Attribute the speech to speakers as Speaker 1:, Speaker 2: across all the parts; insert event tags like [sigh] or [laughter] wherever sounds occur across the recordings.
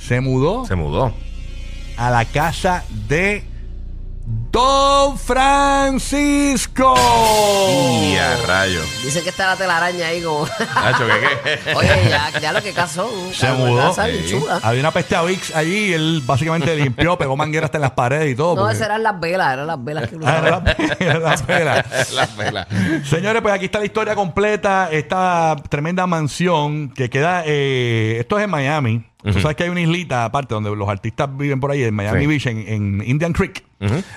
Speaker 1: Se mudó
Speaker 2: Se mudó.
Speaker 1: a la casa de Don Francisco.
Speaker 2: Y a rayo.
Speaker 3: Dicen que está la telaraña ahí como...
Speaker 2: Nacho, ¿qué, [laughs] qué?
Speaker 3: Oye, ya, ya lo que casó.
Speaker 1: Se mudó.
Speaker 2: Sí.
Speaker 1: Había una peste a Vicks allí. Él básicamente limpió, pegó mangueras hasta en las paredes y todo.
Speaker 3: No,
Speaker 1: porque-
Speaker 3: esas eran las velas, eran las velas que
Speaker 1: Ah, era
Speaker 3: usaban.
Speaker 1: la, [laughs] era la pera.
Speaker 2: [laughs] La vela.
Speaker 1: [laughs] Señores, pues aquí está la historia completa. Esta tremenda mansión que queda. eh, esto es en Miami. Tú sabes que hay una islita aparte donde los artistas viven por ahí, en Miami
Speaker 2: Sí.
Speaker 1: Beach, en, en Indian Creek.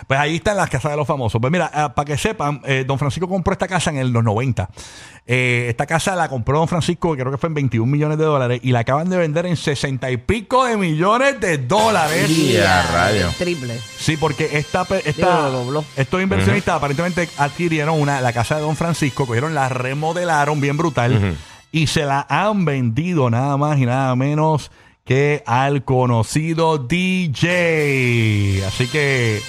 Speaker 1: Pues ahí están las casas de los famosos. Pues mira, ah, para que sepan, eh, don Francisco compró esta casa en el- los 90. Eh, esta casa la compró don Francisco, creo que fue en 21 millones de dólares, y la acaban de vender en 60 y pico de millones de dólares.
Speaker 2: Y a rayo.
Speaker 3: El triple.
Speaker 1: Sí, porque esta, pe-
Speaker 3: Digo,
Speaker 1: esta,
Speaker 3: lo dobló.
Speaker 1: estos inversionistas aparentemente adquirieron una, la casa de Don Francisco, cogieron, la remodelaron bien brutal y se la han vendido nada más y nada menos que al conocido DJ. Así que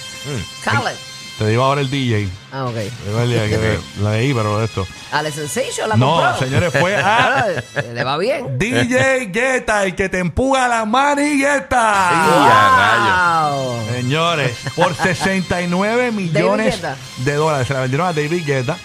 Speaker 3: Khaled.
Speaker 1: te digo ahora el DJ.
Speaker 3: Ah, ok.
Speaker 1: Te digo el día que La leí, pero de esto.
Speaker 3: Ale Sensation la
Speaker 1: No,
Speaker 3: compró.
Speaker 1: señores, fue a
Speaker 3: [laughs] Claro, le
Speaker 1: [laughs]
Speaker 3: va bien.
Speaker 1: DJ Guetta, el que te empuja la manigueta.
Speaker 2: Y a
Speaker 3: Wow.
Speaker 1: Señores, por 69 millones
Speaker 3: Guetta.
Speaker 1: de dólares. Se la vendieron a David Guetta.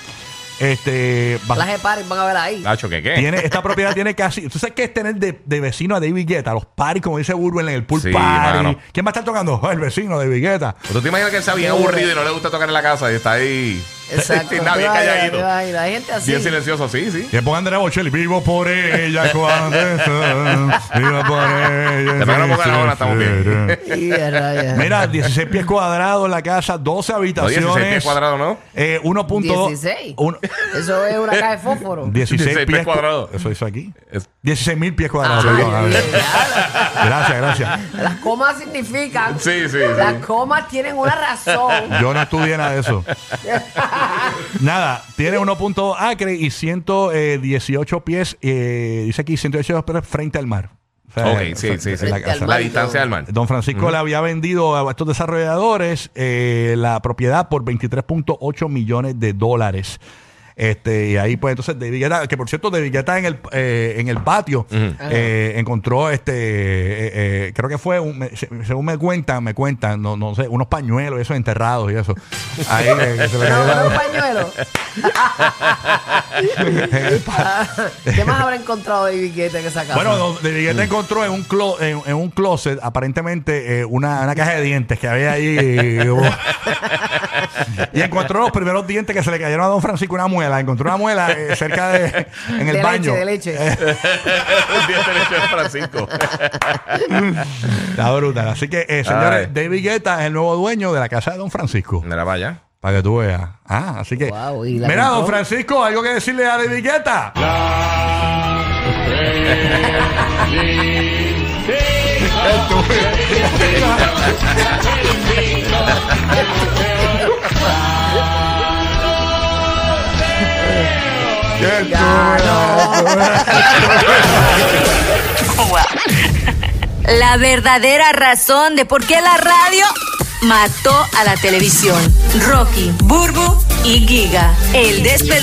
Speaker 1: Este, va-
Speaker 3: Las de Paris van a ver ahí.
Speaker 2: [laughs] rayo. Nacho, ¿qué, qué?
Speaker 1: tiene, esta propiedad tiene casi. ¿Tú sabes qué es tener de, de vecino a David Guetta? Los paris, como dice Urban, en el pool
Speaker 2: Sí,
Speaker 1: party.
Speaker 2: mano.
Speaker 1: ¿Quién va a estar tocando? Oh, El vecino de David Guetta.
Speaker 2: ¿Tú te imaginas que él está bien
Speaker 3: Qué
Speaker 2: aburrido
Speaker 3: bueno.
Speaker 2: y no le gusta tocar en la casa y está ahí? [laughs]
Speaker 3: Exacto.
Speaker 2: Y nadie
Speaker 3: Te vas a ir,
Speaker 2: calladito.
Speaker 3: te vas a ir. Hay gente así.
Speaker 2: Bien silencioso, sí, sí.
Speaker 1: Que ponga Andrea Bocelli. Vivo por ella
Speaker 2: [laughs]
Speaker 1: cuando está, Vivo por ella.
Speaker 2: Después que no pongan la hora, estamos bien.
Speaker 3: Y
Speaker 1: [laughs]
Speaker 3: a rayos.
Speaker 1: Mira, 16 pies cuadrados la casa, 12
Speaker 2: No, 16 pies
Speaker 1: habitaciones.
Speaker 2: cuadrados, ¿no?
Speaker 1: eh, 1.2.
Speaker 3: 16.
Speaker 1: uno-
Speaker 3: Eso es una caja de fósforo.
Speaker 1: 16,
Speaker 2: 16
Speaker 1: pies
Speaker 2: pies cuadrados.
Speaker 1: Eso hizo aquí.
Speaker 2: Es- Ah,
Speaker 1: 16 mil pies cuadrados.
Speaker 3: Ay,
Speaker 1: perdón, a ver.
Speaker 3: ya,
Speaker 1: gracias, gracias.
Speaker 3: la- Las comas significan.
Speaker 2: Sí, sí, sí.
Speaker 3: Las comas tienen una razón.
Speaker 1: Yo no estudié nada de eso. Nada, tiene 1.2 acres y 118 pies, eh, dice aquí 118 pies frente al mar. O sea,
Speaker 2: Ok,
Speaker 1: eh,
Speaker 2: sí, sí, sí.
Speaker 1: la
Speaker 2: La,
Speaker 1: casa.
Speaker 3: mar.
Speaker 1: [laughs]
Speaker 2: distancia [laughs] del mar.
Speaker 1: Don Francisco le había vendido a estos desarrolladores eh, la propiedad por 23.8 millones de dólares. Este, y ahí pues entonces David Guetta, que por cierto David Guetta en el, eh, en el patio eh, encontró este, eh, eh, creo que fue, un- me- se- según me cuentan, me cuentan, no, no sé, unos pañuelos, esos enterrados y eso. Ahí eh, que se le
Speaker 3: No, no,
Speaker 1: cayeron.
Speaker 3: un pañuelo. ¿Qué más habrá encontrado David Guetta en esa casa?
Speaker 1: Bueno, don- David Guetta encontró en un, clo- en, en un closet aparentemente eh, una, una caja de dientes que había ahí. eh, y encontró los primeros dientes que se le cayeron a Don Francisco, una muela. Encontró una muela eh, cerca de... en el
Speaker 3: de
Speaker 1: baño.
Speaker 3: leche, de
Speaker 1: [laughs]
Speaker 3: leche.
Speaker 2: Un día derecho de Francisco.
Speaker 1: Está brutal. Así que, eh, señores,
Speaker 2: Ay.
Speaker 1: David Guetta es el nuevo dueño de la casa de Don Francisco.
Speaker 2: Mira, vaya.
Speaker 1: Para que tú veas. Ah, así que...
Speaker 3: Wow, y la
Speaker 1: mira,
Speaker 3: compró.
Speaker 1: Don Francisco, algo que decirle a David Guetta.
Speaker 4: La verdadera razón de por qué la radio mató a la televisión. Rocky, Burbu y Giga. El despelote.